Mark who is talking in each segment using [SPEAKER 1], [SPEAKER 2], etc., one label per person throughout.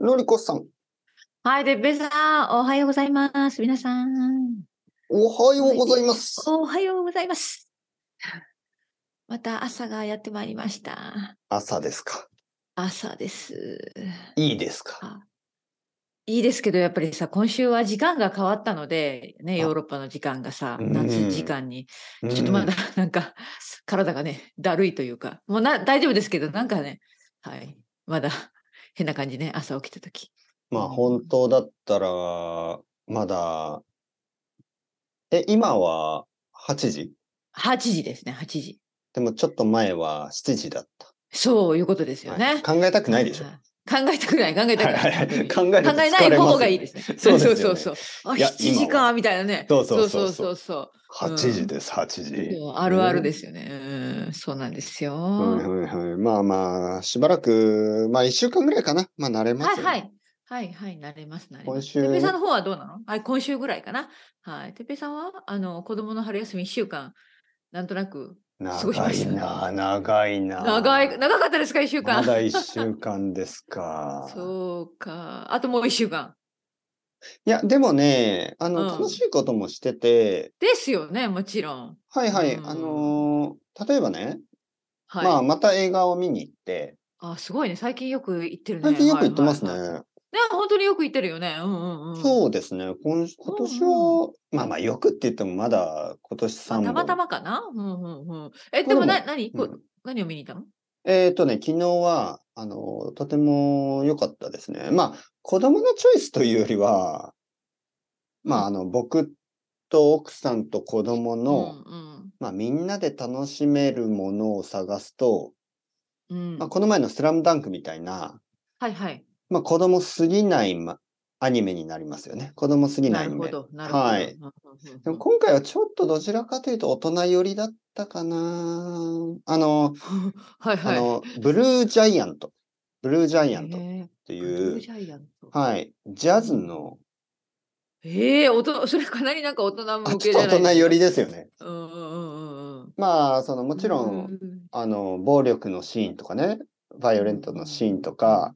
[SPEAKER 1] のりこさん、
[SPEAKER 2] はい、で、べさん、おはようございます。皆さん。
[SPEAKER 1] おはようございます。
[SPEAKER 2] おはようございます。また朝がやってまいりました。
[SPEAKER 1] 朝ですか。
[SPEAKER 2] 朝です。
[SPEAKER 1] いいですか。
[SPEAKER 2] あいいですけど、やっぱりさ、今週は時間が変わったので、ね、
[SPEAKER 1] あ
[SPEAKER 2] ヨーロッパの時間がさ、
[SPEAKER 1] うん
[SPEAKER 2] 夏時間に、ちょっとまだなんか、体がね、だるいというか、もうな大丈夫ですけど、なんかね、はい、まだ変な感じね、朝起きたとき。
[SPEAKER 1] うん。まあ本当だったらまだえ今は8時？
[SPEAKER 2] 8時ですね、8時。
[SPEAKER 1] でもちょっと前は7時だっ
[SPEAKER 2] そういうことです
[SPEAKER 1] た。
[SPEAKER 2] よね。
[SPEAKER 1] はい考えたくないでしょ。
[SPEAKER 2] はい考えたくない、考えたくない。
[SPEAKER 1] はいはいはい
[SPEAKER 2] 本当
[SPEAKER 1] 考
[SPEAKER 2] に
[SPEAKER 1] え
[SPEAKER 2] 考え
[SPEAKER 1] ると
[SPEAKER 2] な
[SPEAKER 1] 疲れますよね
[SPEAKER 2] い方がいいですね。
[SPEAKER 1] そうですよね
[SPEAKER 2] そうそうそう。あ、
[SPEAKER 1] いや
[SPEAKER 2] 7時
[SPEAKER 1] 今は
[SPEAKER 2] 間みたいなね。
[SPEAKER 1] そうそうそうそう
[SPEAKER 2] そうそう
[SPEAKER 1] 8時です8
[SPEAKER 2] そう
[SPEAKER 1] 時。
[SPEAKER 2] そうあるあるですよね。うん、そうなんですよ。
[SPEAKER 1] はい
[SPEAKER 2] は
[SPEAKER 1] はいはい。まあまあしばらくまあ1週間ぐらいかな。まあ慣れます
[SPEAKER 2] い
[SPEAKER 1] よね。
[SPEAKER 2] はい。はいはい、慣れます、慣れま
[SPEAKER 1] 今
[SPEAKER 2] す。
[SPEAKER 1] 週
[SPEAKER 2] てっぺいさんの方はどうなのはい、今週ぐらいかな。はい。てっぺいさんは、あの、子供の春休み1週間、なんとなく、過ごしま
[SPEAKER 1] 長
[SPEAKER 2] し
[SPEAKER 1] い
[SPEAKER 2] た
[SPEAKER 1] な長いな。
[SPEAKER 2] 長い、長かったですか、1週
[SPEAKER 1] ま
[SPEAKER 2] 間。。
[SPEAKER 1] だ1週間ですか
[SPEAKER 2] そうか。あともう1週間。
[SPEAKER 1] いや、でもね、あの、
[SPEAKER 2] うん
[SPEAKER 1] 楽しいこともしてて、
[SPEAKER 2] ですよね、もちろん。
[SPEAKER 1] はいはい、
[SPEAKER 2] うん
[SPEAKER 1] あのー例えばね、
[SPEAKER 2] はい。
[SPEAKER 1] まあ、また映画を見に行って、
[SPEAKER 2] あ、すごいね。最近よく行ってるね。
[SPEAKER 1] 最近よく行ってますね。
[SPEAKER 2] はいはいはいね、本当によく行ってるよね。うんうんうん。
[SPEAKER 1] そうですね、今今年
[SPEAKER 2] う
[SPEAKER 1] は、まあまあ、よくって言っても、まだ今年3
[SPEAKER 2] まあ
[SPEAKER 1] 本。
[SPEAKER 2] たまたまかな。うんうんうん。え、
[SPEAKER 1] こ
[SPEAKER 2] で
[SPEAKER 1] れも
[SPEAKER 2] もな、何、こ
[SPEAKER 1] うん
[SPEAKER 2] 何を見に行ったの
[SPEAKER 1] えっ、とね、昨日は、あの、とても良かったですね。まあ、子供のチョイスというよりは、まあ、あの、僕と奥さんと子供の、
[SPEAKER 2] うん
[SPEAKER 1] まあ、みんなで楽しめるものを探すと、
[SPEAKER 2] うん。うん
[SPEAKER 1] まあ、この前のスラムダンクみたいな、
[SPEAKER 2] はいはい。
[SPEAKER 1] まあ、子供すぎない、ま、アニメになりますよね。子供すぎな
[SPEAKER 2] ない
[SPEAKER 1] ア
[SPEAKER 2] る
[SPEAKER 1] ニ
[SPEAKER 2] ほ
[SPEAKER 1] メ。
[SPEAKER 2] ど。なるほど。
[SPEAKER 1] はい
[SPEAKER 2] うんうんうん
[SPEAKER 1] でも今回はちょっとどちらかというと大人寄りだったかな。あの、
[SPEAKER 2] はいはい。
[SPEAKER 1] あの、ブルージャイアント。ブルージャイアントっ
[SPEAKER 2] へ
[SPEAKER 1] て
[SPEAKER 2] えブル
[SPEAKER 1] い
[SPEAKER 2] ー
[SPEAKER 1] う
[SPEAKER 2] ジ、ャイアント
[SPEAKER 1] はい、ジャズの、
[SPEAKER 2] ええ、大人、 それかなりなんか大人
[SPEAKER 1] あ
[SPEAKER 2] 向
[SPEAKER 1] ち
[SPEAKER 2] け
[SPEAKER 1] ょ
[SPEAKER 2] じゃ
[SPEAKER 1] っ
[SPEAKER 2] な
[SPEAKER 1] と
[SPEAKER 2] い
[SPEAKER 1] 大人寄り
[SPEAKER 2] で
[SPEAKER 1] ですよね。
[SPEAKER 2] すか。うんうんうんうん。
[SPEAKER 1] まあ、その、もちろ、
[SPEAKER 2] うんん。
[SPEAKER 1] あの、暴力のシーンとかね、バイオレントのシーンとか、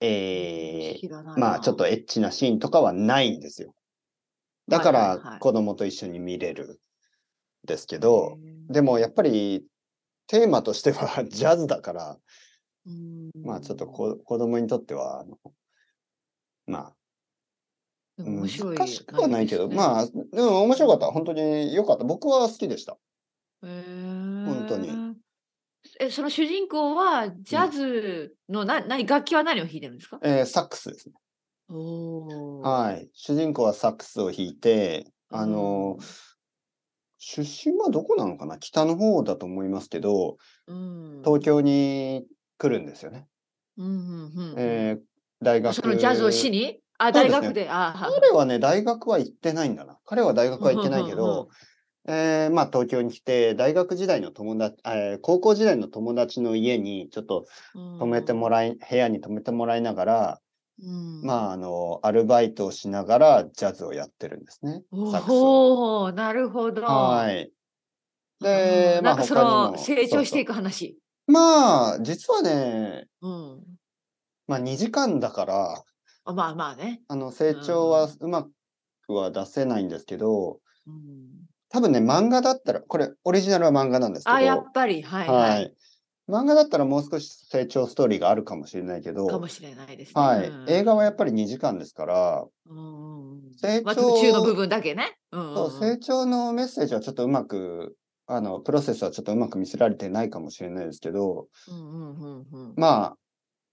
[SPEAKER 1] えー、
[SPEAKER 2] 知らないな
[SPEAKER 1] まあちょっとエッチなシーンとかはないんですよ。だか
[SPEAKER 2] はいはいは
[SPEAKER 1] ら
[SPEAKER 2] い
[SPEAKER 1] 子供と一緒に見れるんですけど、
[SPEAKER 2] へえ
[SPEAKER 1] でもやっぱりテーマとしては ジャズだから、
[SPEAKER 2] うん
[SPEAKER 1] まあちょっとこ子供にとっては、あのまあ、
[SPEAKER 2] でも
[SPEAKER 1] 難
[SPEAKER 2] 面
[SPEAKER 1] し
[SPEAKER 2] 白い
[SPEAKER 1] くはないけど、
[SPEAKER 2] あ
[SPEAKER 1] まあ、でも面白かった。本当に良かった。僕は好きでした。
[SPEAKER 2] 本
[SPEAKER 1] 当に。
[SPEAKER 2] え、その主人公はジャズのな、何楽器は何を弾いてるんですか？
[SPEAKER 1] えーサックスですね。
[SPEAKER 2] おー
[SPEAKER 1] はい。主人公はサックスを弾いて、あの、出身はどこなのかな北の方だと思いますけど、
[SPEAKER 2] うん、
[SPEAKER 1] 東京に来るんですよね。
[SPEAKER 2] うんうんうんうん
[SPEAKER 1] えー大学
[SPEAKER 2] そのジャズをしに、あ、
[SPEAKER 1] そうで
[SPEAKER 2] 大
[SPEAKER 1] すね
[SPEAKER 2] 学で、あ、は
[SPEAKER 1] 彼はね、大学は行ってないんだな。彼は大学は行ってないけ
[SPEAKER 2] うんうんうんうん
[SPEAKER 1] ど、えーまあ東京に来て、大学時代の友達、えー高校時代の友達の家にちょっと
[SPEAKER 2] うん
[SPEAKER 1] 泊めてもらい、部屋に泊めてもらいながら、
[SPEAKER 2] うん
[SPEAKER 1] まああの、アルバイトをしながらジャズをやってるんですね。サックスを
[SPEAKER 2] おーなるほど。
[SPEAKER 1] はい。
[SPEAKER 2] う
[SPEAKER 1] で、
[SPEAKER 2] ん
[SPEAKER 1] ま
[SPEAKER 2] な
[SPEAKER 1] あ
[SPEAKER 2] んかそ
[SPEAKER 1] 他に
[SPEAKER 2] の
[SPEAKER 1] も
[SPEAKER 2] 成長してい
[SPEAKER 1] そう
[SPEAKER 2] く話。
[SPEAKER 1] そうまあ、実はね、
[SPEAKER 2] うん
[SPEAKER 1] まあ2時間だから、
[SPEAKER 2] あまあまあね。
[SPEAKER 1] あの成長はうまくは出せないんですけど、
[SPEAKER 2] うん
[SPEAKER 1] 多分ね、漫画だったら、これ、オリジナルは漫画なんですけど、
[SPEAKER 2] あ、やっぱり、はい、
[SPEAKER 1] は
[SPEAKER 2] はい
[SPEAKER 1] い。漫画だったらもう少し成長ストーリーがあるかもしれないけど、
[SPEAKER 2] かもしれないですね。
[SPEAKER 1] はい、
[SPEAKER 2] うん
[SPEAKER 1] 映画はやっぱり2時間ですから、
[SPEAKER 2] うんうんうん
[SPEAKER 1] 成
[SPEAKER 2] まあ、
[SPEAKER 1] 長
[SPEAKER 2] 途中の部分だけね。うんうん
[SPEAKER 1] そううん成長のメッセージはちょっとうまく、あの、プロセスはちょっとうまく見せられてないかもしれないですけど、
[SPEAKER 2] うんうんうんうん
[SPEAKER 1] ま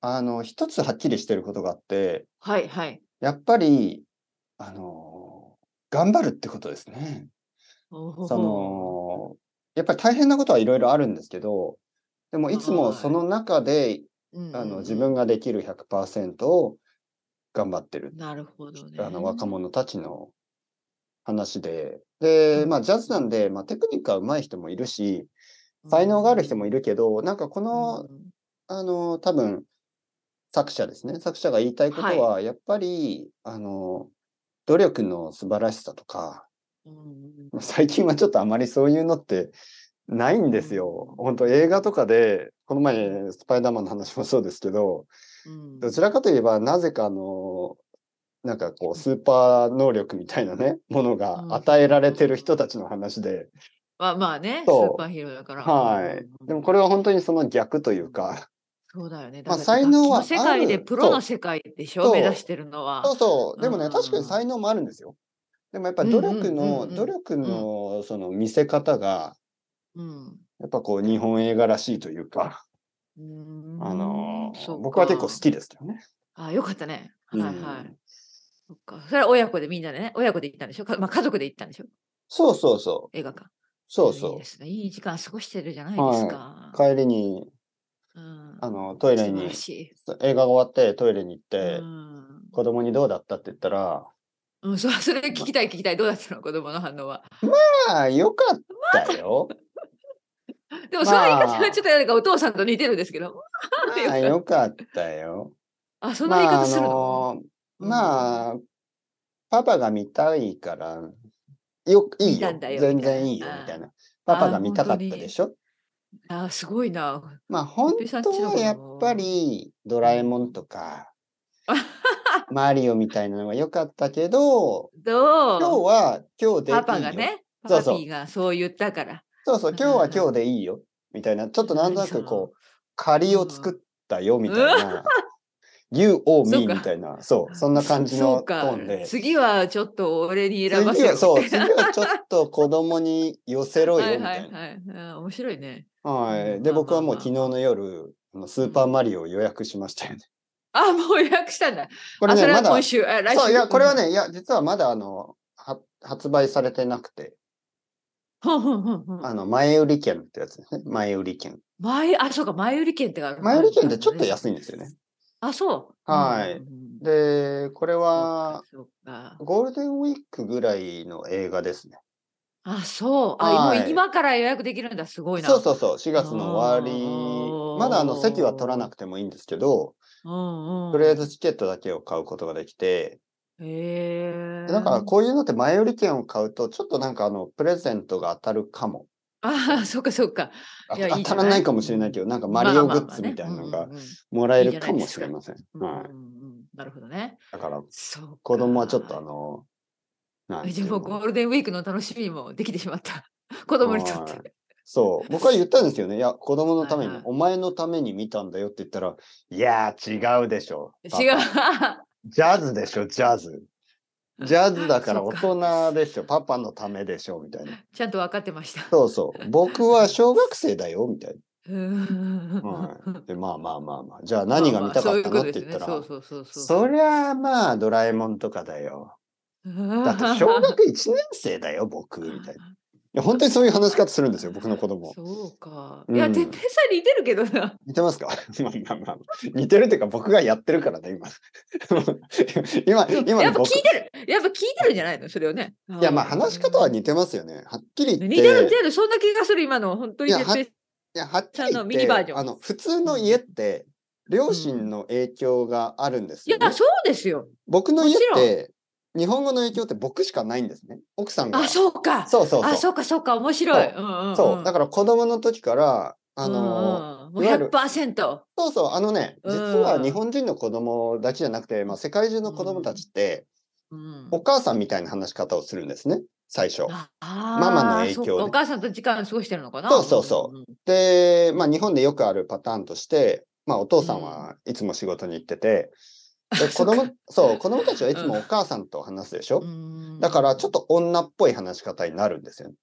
[SPEAKER 1] あ、あの、一つはっきりしてることがあって、
[SPEAKER 2] はいはい。
[SPEAKER 1] やっぱり、あの、頑張るってことですね。
[SPEAKER 2] おほほ
[SPEAKER 1] そ、のやっぱり大変なことはいろいろあるんですけどでもいつもその中で、
[SPEAKER 2] うんうん
[SPEAKER 1] あの自分ができる100%を頑張ってる、
[SPEAKER 2] なるほどね。
[SPEAKER 1] あの若者たちの話でで、まあ、ジャズなんで、まあ、テクニックは上手い人もいるし才能がある人もいるけどなんかこの
[SPEAKER 2] うん
[SPEAKER 1] あの多分作者ですね作者が言いたいことは、やっぱりあの努力の素晴らしさとか
[SPEAKER 2] うんうんうん
[SPEAKER 1] まあ最近はちょっとあまりそういうのってないんですよ。本当映画とかで、この前、スパイダーマンの話もそうですけど、
[SPEAKER 2] うん
[SPEAKER 1] どちらかといえば、なぜかあの、なんかこう、スーパー能力みたいなね、ものが与えられてる人たちの話で、
[SPEAKER 2] まあまあね、ス
[SPEAKER 1] そう
[SPEAKER 2] ーパーヒーローだから。
[SPEAKER 1] はい
[SPEAKER 2] うん。
[SPEAKER 1] でもこれは本当にその逆というか、
[SPEAKER 2] そうだよね。
[SPEAKER 1] まあ
[SPEAKER 2] だから
[SPEAKER 1] 才能は
[SPEAKER 2] 楽器の世界
[SPEAKER 1] あ
[SPEAKER 2] で
[SPEAKER 1] る
[SPEAKER 2] プロの世界でしょ、
[SPEAKER 1] そう
[SPEAKER 2] 目指してるのは。
[SPEAKER 1] そうそう、でもね、
[SPEAKER 2] うん
[SPEAKER 1] 確かに才能もあるんですよ。でもやっぱ努力
[SPEAKER 2] うんうんうん
[SPEAKER 1] の、
[SPEAKER 2] うん
[SPEAKER 1] 努力のその見せ方が、
[SPEAKER 2] うん
[SPEAKER 1] やっぱこう、日本映画らしいというか、
[SPEAKER 2] うーん
[SPEAKER 1] あのー
[SPEAKER 2] そっか
[SPEAKER 1] 僕は結構好きですけどね。
[SPEAKER 2] あよかったね。はいはい。
[SPEAKER 1] うん
[SPEAKER 2] そっか。それは親子でみんなでね、親子で行ったんでしょか、まあ、家族で行ったんでしょ
[SPEAKER 1] そうそうそ
[SPEAKER 2] 映画館。
[SPEAKER 1] う。そう
[SPEAKER 2] いい
[SPEAKER 1] そ
[SPEAKER 2] ですね。いい時間過ごしてるじゃないですか。
[SPEAKER 1] う。帰りに、
[SPEAKER 2] うん、
[SPEAKER 1] あの、トイレ
[SPEAKER 2] 素晴
[SPEAKER 1] に
[SPEAKER 2] ら、しい。
[SPEAKER 1] 映画が終わってトイレに行って、
[SPEAKER 2] うん
[SPEAKER 1] 子供にどうだったって言ったら、
[SPEAKER 2] うん、そう それ聞きたい聞きたいどうだったの子供の反応は
[SPEAKER 1] ああ、よかったよ。
[SPEAKER 2] でもその言い
[SPEAKER 1] ま
[SPEAKER 2] 方
[SPEAKER 1] あ
[SPEAKER 2] はちょっとなんかお父さんと似てるんですけど
[SPEAKER 1] ああ、よかったよ。
[SPEAKER 2] あそんな言い方するの、うん
[SPEAKER 1] まあ、あのーまあパパが見たいから、よ、いい
[SPEAKER 2] 見た
[SPEAKER 1] よ。
[SPEAKER 2] んだよ
[SPEAKER 1] 全然いいよ、
[SPEAKER 2] み
[SPEAKER 1] み
[SPEAKER 2] た
[SPEAKER 1] た
[SPEAKER 2] い
[SPEAKER 1] いな。パパが見たかった
[SPEAKER 2] 本当に
[SPEAKER 1] でしょ
[SPEAKER 2] あすごいな。
[SPEAKER 1] まあ、本
[SPEAKER 2] ペさん
[SPEAKER 1] 当
[SPEAKER 2] ちの
[SPEAKER 1] は
[SPEAKER 2] 子
[SPEAKER 1] やっ
[SPEAKER 2] 供
[SPEAKER 1] ぱり、ドラえもんとか、マリオみたいなのが良かったけど、
[SPEAKER 2] ど
[SPEAKER 1] 今
[SPEAKER 2] う
[SPEAKER 1] 日は今日でいいよ。
[SPEAKER 2] パパがね、パ
[SPEAKER 1] そう
[SPEAKER 2] パピ
[SPEAKER 1] そう
[SPEAKER 2] ーがそう言ったから。
[SPEAKER 1] そうそう、今日は今日でいいよ。みたいな。ちょっとなんとなくこう、仮を作ったよ、みたいな。You or
[SPEAKER 2] そう
[SPEAKER 1] me
[SPEAKER 2] か
[SPEAKER 1] みたいな。そう、そんな感じ
[SPEAKER 2] そ
[SPEAKER 1] の
[SPEAKER 2] う
[SPEAKER 1] ト
[SPEAKER 2] か
[SPEAKER 1] ーンで。
[SPEAKER 2] 次はちょっと俺に
[SPEAKER 1] 次
[SPEAKER 2] 選ばせ
[SPEAKER 1] は、
[SPEAKER 2] ろ
[SPEAKER 1] そう、
[SPEAKER 2] み
[SPEAKER 1] 次
[SPEAKER 2] たいな
[SPEAKER 1] はちょっと子供に寄せろよ、
[SPEAKER 2] は
[SPEAKER 1] み
[SPEAKER 2] いは
[SPEAKER 1] た
[SPEAKER 2] い
[SPEAKER 1] いな。
[SPEAKER 2] はい。うん面白いね。
[SPEAKER 1] は
[SPEAKER 2] う
[SPEAKER 1] い。
[SPEAKER 2] ん
[SPEAKER 1] で、
[SPEAKER 2] まあ
[SPEAKER 1] 僕はもう
[SPEAKER 2] まあ
[SPEAKER 1] 昨日の夜、あのスーパーマリオを予約しましたよね。
[SPEAKER 2] あ、もう予約したんだ。
[SPEAKER 1] これ
[SPEAKER 2] あそ
[SPEAKER 1] ね、
[SPEAKER 2] れ
[SPEAKER 1] ま
[SPEAKER 2] は
[SPEAKER 1] だ、
[SPEAKER 2] 今週、あ来週。
[SPEAKER 1] そう、いや、これはね、いや、実はまだあの、は発売されてなくて、
[SPEAKER 2] うん。ほんほんほんほん
[SPEAKER 1] あの、前売り券ってやつですね。前売り券。
[SPEAKER 2] 前、あ、そうか、前売り券ってがある
[SPEAKER 1] 前売り券ってちょっと安
[SPEAKER 2] い。
[SPEAKER 1] いんですよね。
[SPEAKER 2] あ、そう。
[SPEAKER 1] はい
[SPEAKER 2] うんうんうん。
[SPEAKER 1] で、これは、
[SPEAKER 2] そうか。そうか
[SPEAKER 1] ゴールデンウィークぐらいの映画ですね。
[SPEAKER 2] あ、そう。あ、
[SPEAKER 1] はい
[SPEAKER 2] もう今から予約できるんだ。すごいな。
[SPEAKER 1] そうそうそう、4月の終
[SPEAKER 2] あ
[SPEAKER 1] わ
[SPEAKER 2] ー
[SPEAKER 1] り、まだあの席は取らなくてもいいんですけど、
[SPEAKER 2] うんうん。
[SPEAKER 1] とりあえずチケットだけを買うことができて、
[SPEAKER 2] へえ。
[SPEAKER 1] なんかこういうのって前売り券を買うと、ちょっとなんかあの、プレゼントが当たるかも。
[SPEAKER 2] あ あ、そうかそうか。
[SPEAKER 1] あ
[SPEAKER 2] いやいいじ
[SPEAKER 1] 当
[SPEAKER 2] ゃない
[SPEAKER 1] たらないかもしれないけど、なんかマリオグッズみたいなのがもらえるかもしれません。はい。
[SPEAKER 2] なるほどね。
[SPEAKER 1] だから、
[SPEAKER 2] そうか
[SPEAKER 1] 子供はちょっとあの、なんて
[SPEAKER 2] じ
[SPEAKER 1] い
[SPEAKER 2] ゃあ
[SPEAKER 1] う
[SPEAKER 2] も
[SPEAKER 1] の
[SPEAKER 2] うゴールデンウィークの楽しみもできてしまった。 子供にとっ
[SPEAKER 1] は
[SPEAKER 2] て。
[SPEAKER 1] そう、僕は言ったんですよね。いや、子供のため
[SPEAKER 2] はい
[SPEAKER 1] に
[SPEAKER 2] は、い
[SPEAKER 1] お前のために見たんだよって言ったら、いやー、違うでしょ。パパ
[SPEAKER 2] 違う。
[SPEAKER 1] ジャズでしょ、ジャズ。ジャズだから
[SPEAKER 2] そ
[SPEAKER 1] 大
[SPEAKER 2] うか
[SPEAKER 1] 人でしょ、パパのためでしょ、みたいな。
[SPEAKER 2] ちゃんと分かってました。
[SPEAKER 1] そうそう。僕は小学生だよ、みたい
[SPEAKER 2] うん
[SPEAKER 1] な。はい、で、まあまあまあまあ。じゃあ何が見たかった
[SPEAKER 2] まあまあ
[SPEAKER 1] のって言ったら、
[SPEAKER 2] そういうことですねそうそうそうそう。
[SPEAKER 1] そりゃあまあ、ドラえもんとかだよ。だって小学1年生だよ、僕、みたいな。いや、本当にそういう話し方するんですよ、僕の子供。
[SPEAKER 2] そうか。
[SPEAKER 1] うん
[SPEAKER 2] いや、てっぺんさん似てるけどな。
[SPEAKER 1] 似てますか まあまあまあ。似てるっていうか、僕がやってるからね、今。 今、今の
[SPEAKER 2] やっぱ聞
[SPEAKER 1] 僕。
[SPEAKER 2] い
[SPEAKER 1] い
[SPEAKER 2] てる。やっぱ聞いてるんじゃないのそれをね。い
[SPEAKER 1] や、まあ話し方は似てますよね。はっきり言って。
[SPEAKER 2] 似てる似てる。そんな気がする今の。本当
[SPEAKER 1] い
[SPEAKER 2] に
[SPEAKER 1] や
[SPEAKER 2] てっぺん
[SPEAKER 1] いや、はっきり
[SPEAKER 2] ちゃ
[SPEAKER 1] 言
[SPEAKER 2] ん
[SPEAKER 1] っ
[SPEAKER 2] のミニバージ
[SPEAKER 1] て、
[SPEAKER 2] ョン
[SPEAKER 1] あの、普通の家って、両親の影響があるんです
[SPEAKER 2] い
[SPEAKER 1] よ、ね
[SPEAKER 2] や、そうですよ。
[SPEAKER 1] 僕の家っ
[SPEAKER 2] もち
[SPEAKER 1] て、日本語の影響って僕しかないんですね。奥さんが。
[SPEAKER 2] あ、そうか。
[SPEAKER 1] そうそうそう。
[SPEAKER 2] あ、そうか、そうか、面白い。
[SPEAKER 1] そ
[SPEAKER 2] うんうんうん
[SPEAKER 1] そうだから子供の時から、あのー
[SPEAKER 2] うんうんもう
[SPEAKER 1] いわゆる
[SPEAKER 2] 100%パーセント。
[SPEAKER 1] そうそう、あのね、
[SPEAKER 2] うん
[SPEAKER 1] 実は日本人の子供だけじゃなくて、まあ、世界中の子供たちって、
[SPEAKER 2] うん
[SPEAKER 1] お母さんみたいな話し方をするんですね、最初。
[SPEAKER 2] あ
[SPEAKER 1] ママの
[SPEAKER 2] あ
[SPEAKER 1] 影
[SPEAKER 2] ー
[SPEAKER 1] 響で
[SPEAKER 2] そうかお母さんと時間過ごしてるのかな。
[SPEAKER 1] そうそうそ
[SPEAKER 2] うんうん
[SPEAKER 1] で、まあ、日本でよくあるパターンとして、まあ、お父さんはいつも仕事に行ってて、で子供そう子供たちはいつもお母さんと話すでしょ、
[SPEAKER 2] うん。
[SPEAKER 1] だからちょっと女っぽい話し方になるんですよね。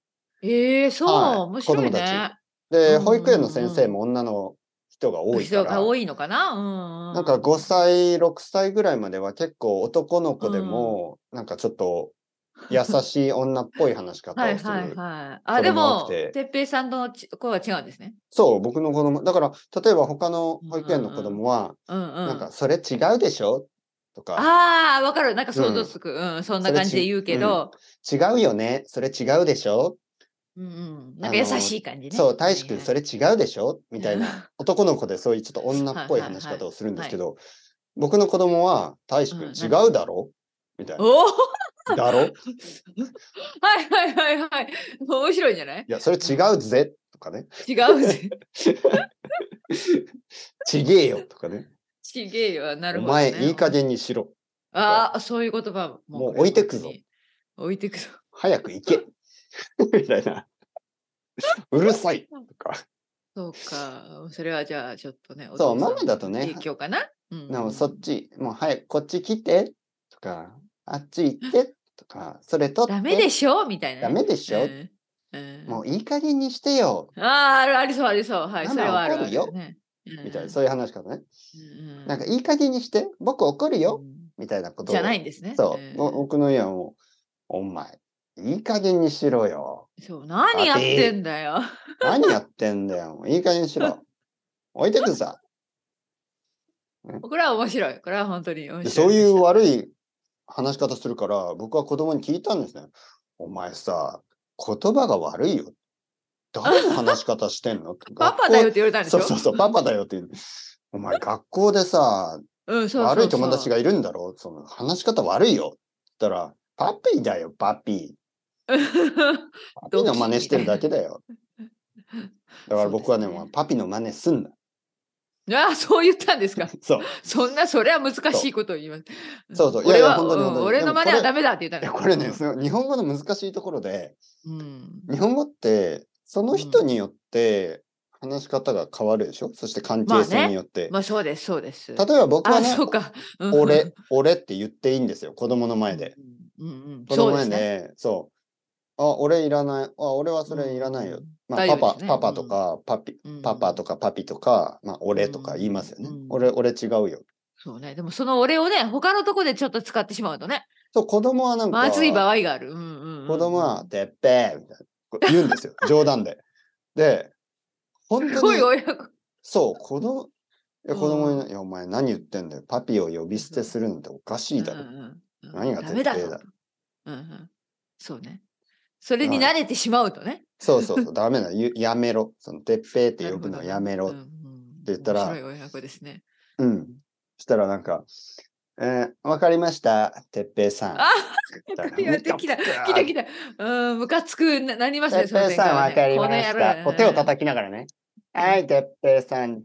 [SPEAKER 2] ええー、そう、
[SPEAKER 1] はい
[SPEAKER 2] 面白い
[SPEAKER 1] 子供た
[SPEAKER 2] ね。
[SPEAKER 1] で、
[SPEAKER 2] うん
[SPEAKER 1] 保育園の先生も女の人が多いから
[SPEAKER 2] 人が、多いのかな。うんうん。
[SPEAKER 1] なんか5歳、6歳ぐらいまでは結構男の子でも、なんかちょっと優しい女っぽい話し方
[SPEAKER 2] はい
[SPEAKER 1] をする。
[SPEAKER 2] はいはい。
[SPEAKER 1] 子
[SPEAKER 2] あ、で
[SPEAKER 1] 供が多
[SPEAKER 2] も
[SPEAKER 1] くて、
[SPEAKER 2] てっぺいさんのち子は違うんですね。
[SPEAKER 1] そう、僕の子供。だから、例えば他の保育園の子供は、
[SPEAKER 2] うんうん。
[SPEAKER 1] なんか、それ違うでしょとか、
[SPEAKER 2] ああ、わかる。なんか想像つく。うん、そんな感じで言うけど、
[SPEAKER 1] 違うよねそれ違うでしょ
[SPEAKER 2] うん、うん、なんか優しい感じね。
[SPEAKER 1] そう、大志くん、そ
[SPEAKER 2] れ
[SPEAKER 1] れ違うでしょみたいな、男の子でそういうちょっと女っぽい話し方をするんですけど、僕の子供は、大志くん、違うだろみたい
[SPEAKER 2] おお
[SPEAKER 1] な。だろい
[SPEAKER 2] はいはいはいはい。面白いんじゃない
[SPEAKER 1] や、それ違うぜとかね。
[SPEAKER 2] 違うぜ。
[SPEAKER 1] ちげえよとかね。
[SPEAKER 2] ちげえよ。なる
[SPEAKER 1] お
[SPEAKER 2] ほど、ね。
[SPEAKER 1] 前、いい加減にしろ。
[SPEAKER 2] ああ、そういう言葉も。
[SPEAKER 1] もう置いてくぞ。
[SPEAKER 2] 置いてくぞ。
[SPEAKER 1] 早く行け みたいな。うるさいとか。
[SPEAKER 2] そうか。それはじゃあちょっとね。お
[SPEAKER 1] そう
[SPEAKER 2] 父さん
[SPEAKER 1] ママだとね
[SPEAKER 2] 影響かな。うん
[SPEAKER 1] なおそっち、もう早くこっち来てとか、あっち行ってとか、それと
[SPEAKER 2] ダメで
[SPEAKER 1] し
[SPEAKER 2] しょみたいなね。
[SPEAKER 1] ダメでしょ、
[SPEAKER 2] うんうん
[SPEAKER 1] もういい加減にしてよ
[SPEAKER 2] ああ、あるありそうありそう。はい、
[SPEAKER 1] ママ
[SPEAKER 2] それはある
[SPEAKER 1] 怒るよ
[SPEAKER 2] ねうん
[SPEAKER 1] みたいな、そういう話からね。
[SPEAKER 2] うん
[SPEAKER 1] なんかいい加減にして、僕怒るよ
[SPEAKER 2] うん
[SPEAKER 1] みたいなことを
[SPEAKER 2] じゃないんですね。
[SPEAKER 1] そう、
[SPEAKER 2] ん
[SPEAKER 1] お僕の家はもう、お前、いい加減にしろよ。
[SPEAKER 2] そう何やってんだよ。
[SPEAKER 1] 何やってんだよ。もういい加減にしろ。置いてくさ。
[SPEAKER 2] これは面白い。これは本当に 面白
[SPEAKER 1] で
[SPEAKER 2] い。
[SPEAKER 1] そういう悪い話し方するから、僕は子供に聞いたんですね。お前さ、言葉が悪いよ。誰の話し方してんの
[SPEAKER 2] パパだよって言われたん
[SPEAKER 1] 学
[SPEAKER 2] でし
[SPEAKER 1] 校そ
[SPEAKER 2] ょ
[SPEAKER 1] うそうそう、パパだよって言う。お前、学校でさ、
[SPEAKER 2] うん、そうそうそう
[SPEAKER 1] 悪い友達 がいるんだろその話し方悪いよ。って言ったら、パピーだよ、パピー。パピーの真似してるだけだよ。だから僕はね、
[SPEAKER 2] そうですね
[SPEAKER 1] もうパピーの真似すんな。
[SPEAKER 2] ああ、そう言ったんですか。
[SPEAKER 1] そう。
[SPEAKER 2] そんな、それは難しいことを言います。
[SPEAKER 1] そうそういや
[SPEAKER 2] 俺
[SPEAKER 1] いや
[SPEAKER 2] は
[SPEAKER 1] 本当に
[SPEAKER 2] うん
[SPEAKER 1] 本当に
[SPEAKER 2] 俺
[SPEAKER 1] で
[SPEAKER 2] の
[SPEAKER 1] も
[SPEAKER 2] 真似は
[SPEAKER 1] これ
[SPEAKER 2] ダメだって言
[SPEAKER 1] い
[SPEAKER 2] った
[SPEAKER 1] や、
[SPEAKER 2] の。
[SPEAKER 1] これね、その日本語の難しいところで、
[SPEAKER 2] うん。
[SPEAKER 1] 日本語ってその人によって話し方が変わるでしょ、そして関係性によって、
[SPEAKER 2] まあ、そうです、そうです。
[SPEAKER 1] 例えば僕は
[SPEAKER 2] あ、
[SPEAKER 1] ね
[SPEAKER 2] そうか。うん
[SPEAKER 1] 「俺」「俺」って言っていいんですよ子供の前で。。
[SPEAKER 2] うんうんうんうん。
[SPEAKER 1] 子供
[SPEAKER 2] そう
[SPEAKER 1] の
[SPEAKER 2] で
[SPEAKER 1] 前
[SPEAKER 2] す
[SPEAKER 1] で
[SPEAKER 2] ね。
[SPEAKER 1] そうあ俺いらないあ俺はそれいらないよ、
[SPEAKER 2] うん。
[SPEAKER 1] まあ、
[SPEAKER 2] 大丈
[SPEAKER 1] パパ、
[SPEAKER 2] 夫ですね
[SPEAKER 1] パパとかパピ
[SPEAKER 2] うん
[SPEAKER 1] パパとかパピとか、まあ、俺とか言いますよね、
[SPEAKER 2] うん
[SPEAKER 1] 俺俺違うよ
[SPEAKER 2] そうね。でも、その俺をね、他のとこでちょっと使ってしまうとね、
[SPEAKER 1] そう子供はなんか、
[SPEAKER 2] まずい場合がある。うんうんうん。
[SPEAKER 1] 子供は「てっぺー」みたいなこう言うん ですよ冗談でで本
[SPEAKER 2] す
[SPEAKER 1] 当
[SPEAKER 2] ご
[SPEAKER 1] に
[SPEAKER 2] い親子。
[SPEAKER 1] そう、子供、いや
[SPEAKER 2] うん
[SPEAKER 1] 子供にね、いや、お前何言ってんだよ。パピを呼び捨てするなんておかしいだろ。
[SPEAKER 2] うんうんうん
[SPEAKER 1] 何が
[SPEAKER 2] ダメだ
[SPEAKER 1] 絶対だ
[SPEAKER 2] とうんうん。そうね。それに慣れてしまうとね。
[SPEAKER 1] そうそうそう、ダメだ。ゆやめろ。その、てっぺーって
[SPEAKER 2] なる
[SPEAKER 1] 呼
[SPEAKER 2] ほど
[SPEAKER 1] ぶのやめろ。
[SPEAKER 2] うんうん
[SPEAKER 1] て言ったら
[SPEAKER 2] 面白い親子ですね。
[SPEAKER 1] うん。そしたらなんか、えー、わかりました、てっぺーさん。
[SPEAKER 2] あ
[SPEAKER 1] みたい
[SPEAKER 2] やっぱ
[SPEAKER 1] な
[SPEAKER 2] りやってきた。来た来た。うん、ムカつくな なります
[SPEAKER 1] て
[SPEAKER 2] ね。
[SPEAKER 1] っぺーさん、わかりました。こう手を
[SPEAKER 2] く。
[SPEAKER 1] 叩きながらね。はい、てっぺーさん。